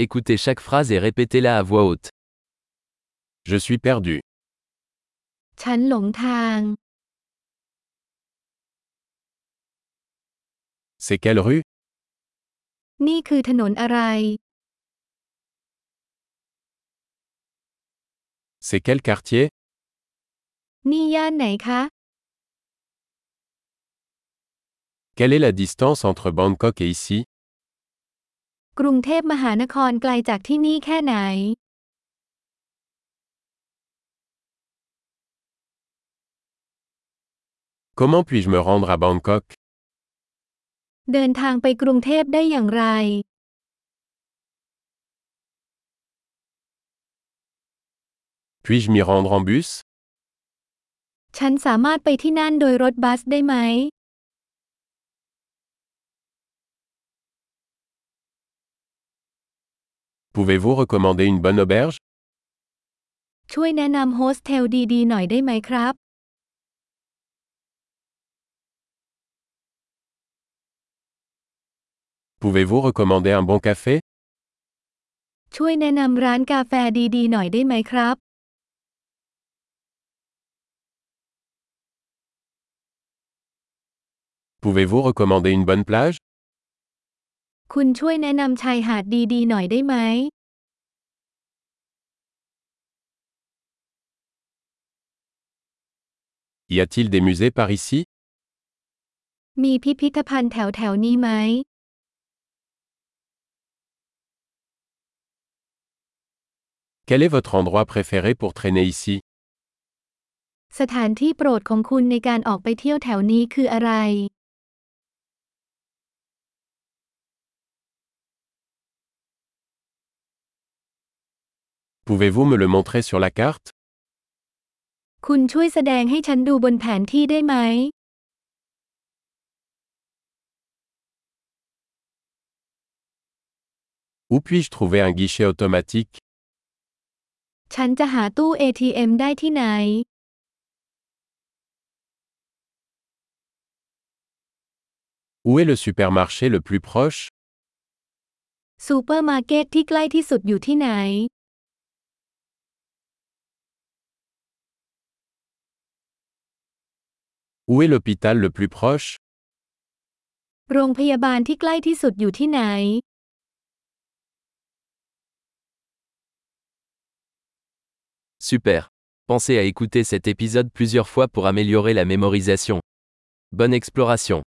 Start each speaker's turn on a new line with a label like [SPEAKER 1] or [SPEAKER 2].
[SPEAKER 1] Écoutez chaque phrase et répétez-la à voix haute.
[SPEAKER 2] Je suis perdu.
[SPEAKER 3] ฉันหลงทาง
[SPEAKER 2] C'est quelle rue
[SPEAKER 3] นี่คือถนนอะไร
[SPEAKER 2] C'est quel quartier
[SPEAKER 3] นี่ย่านไหนคะ
[SPEAKER 2] Quelle est la distance entre Bangkok et ici
[SPEAKER 3] กรุงเทพมหานครไกลจากที่นี่แค่ไหน
[SPEAKER 2] Comment puis-je me rendre à Bangkok
[SPEAKER 3] เดินทางไปกรุงเทพได้อย่างไร
[SPEAKER 2] Puis-je m'y rendre en bus
[SPEAKER 3] ฉันสามารถไปที่นั่นโดยรถบัสได้ไหม
[SPEAKER 2] Pouvez-vous recommander une bonne auberge
[SPEAKER 3] ช่วยแนะนำโฮสเทลดีๆ หน่อยได้ไหมครับ
[SPEAKER 2] Pouvez-vous recommander un bon café
[SPEAKER 3] ช่วยแนะนำร้านกาแฟดีๆ หน่อยได้ไหมครับ
[SPEAKER 2] Pouvez-vous recommander une bonne plage
[SPEAKER 3] คุณช่วยแนะนำชายหาดดีๆ หน่อยได้ไหม
[SPEAKER 2] Y a-t-il des musées par ici
[SPEAKER 3] มีพิพิธภัณฑ์แถวแถวๆนี้ไหม
[SPEAKER 2] Quel est votre endroit préféré pour traîner ici
[SPEAKER 3] สถานที่โปรดของคุณในการออกไปเที่ยวแถวนี้คืออะไร
[SPEAKER 2] Pouvez-vous me le montrer sur la carte
[SPEAKER 3] คุณช่วยแสดงให้ฉันดูบนแผนที่ได้ไหม
[SPEAKER 2] Où puis-je trouver un guichet automatique
[SPEAKER 3] ฉันจะหาตู้ ATM ได้ที่ไหน
[SPEAKER 2] Où est le supermarché le plus proche
[SPEAKER 3] ซูเปอร์มาร์เก็ตที่ใกล้ที่สุดอยู่ที่ไหน
[SPEAKER 2] Où est l'hôpital le plus proche
[SPEAKER 3] โรงพยาบาลที่ใกล้ที่สุดอยู่ที่ไหน
[SPEAKER 1] Super. Pensez à écouter cet épisode plusieurs fois pour améliorer la mémorisation. Bonne exploration.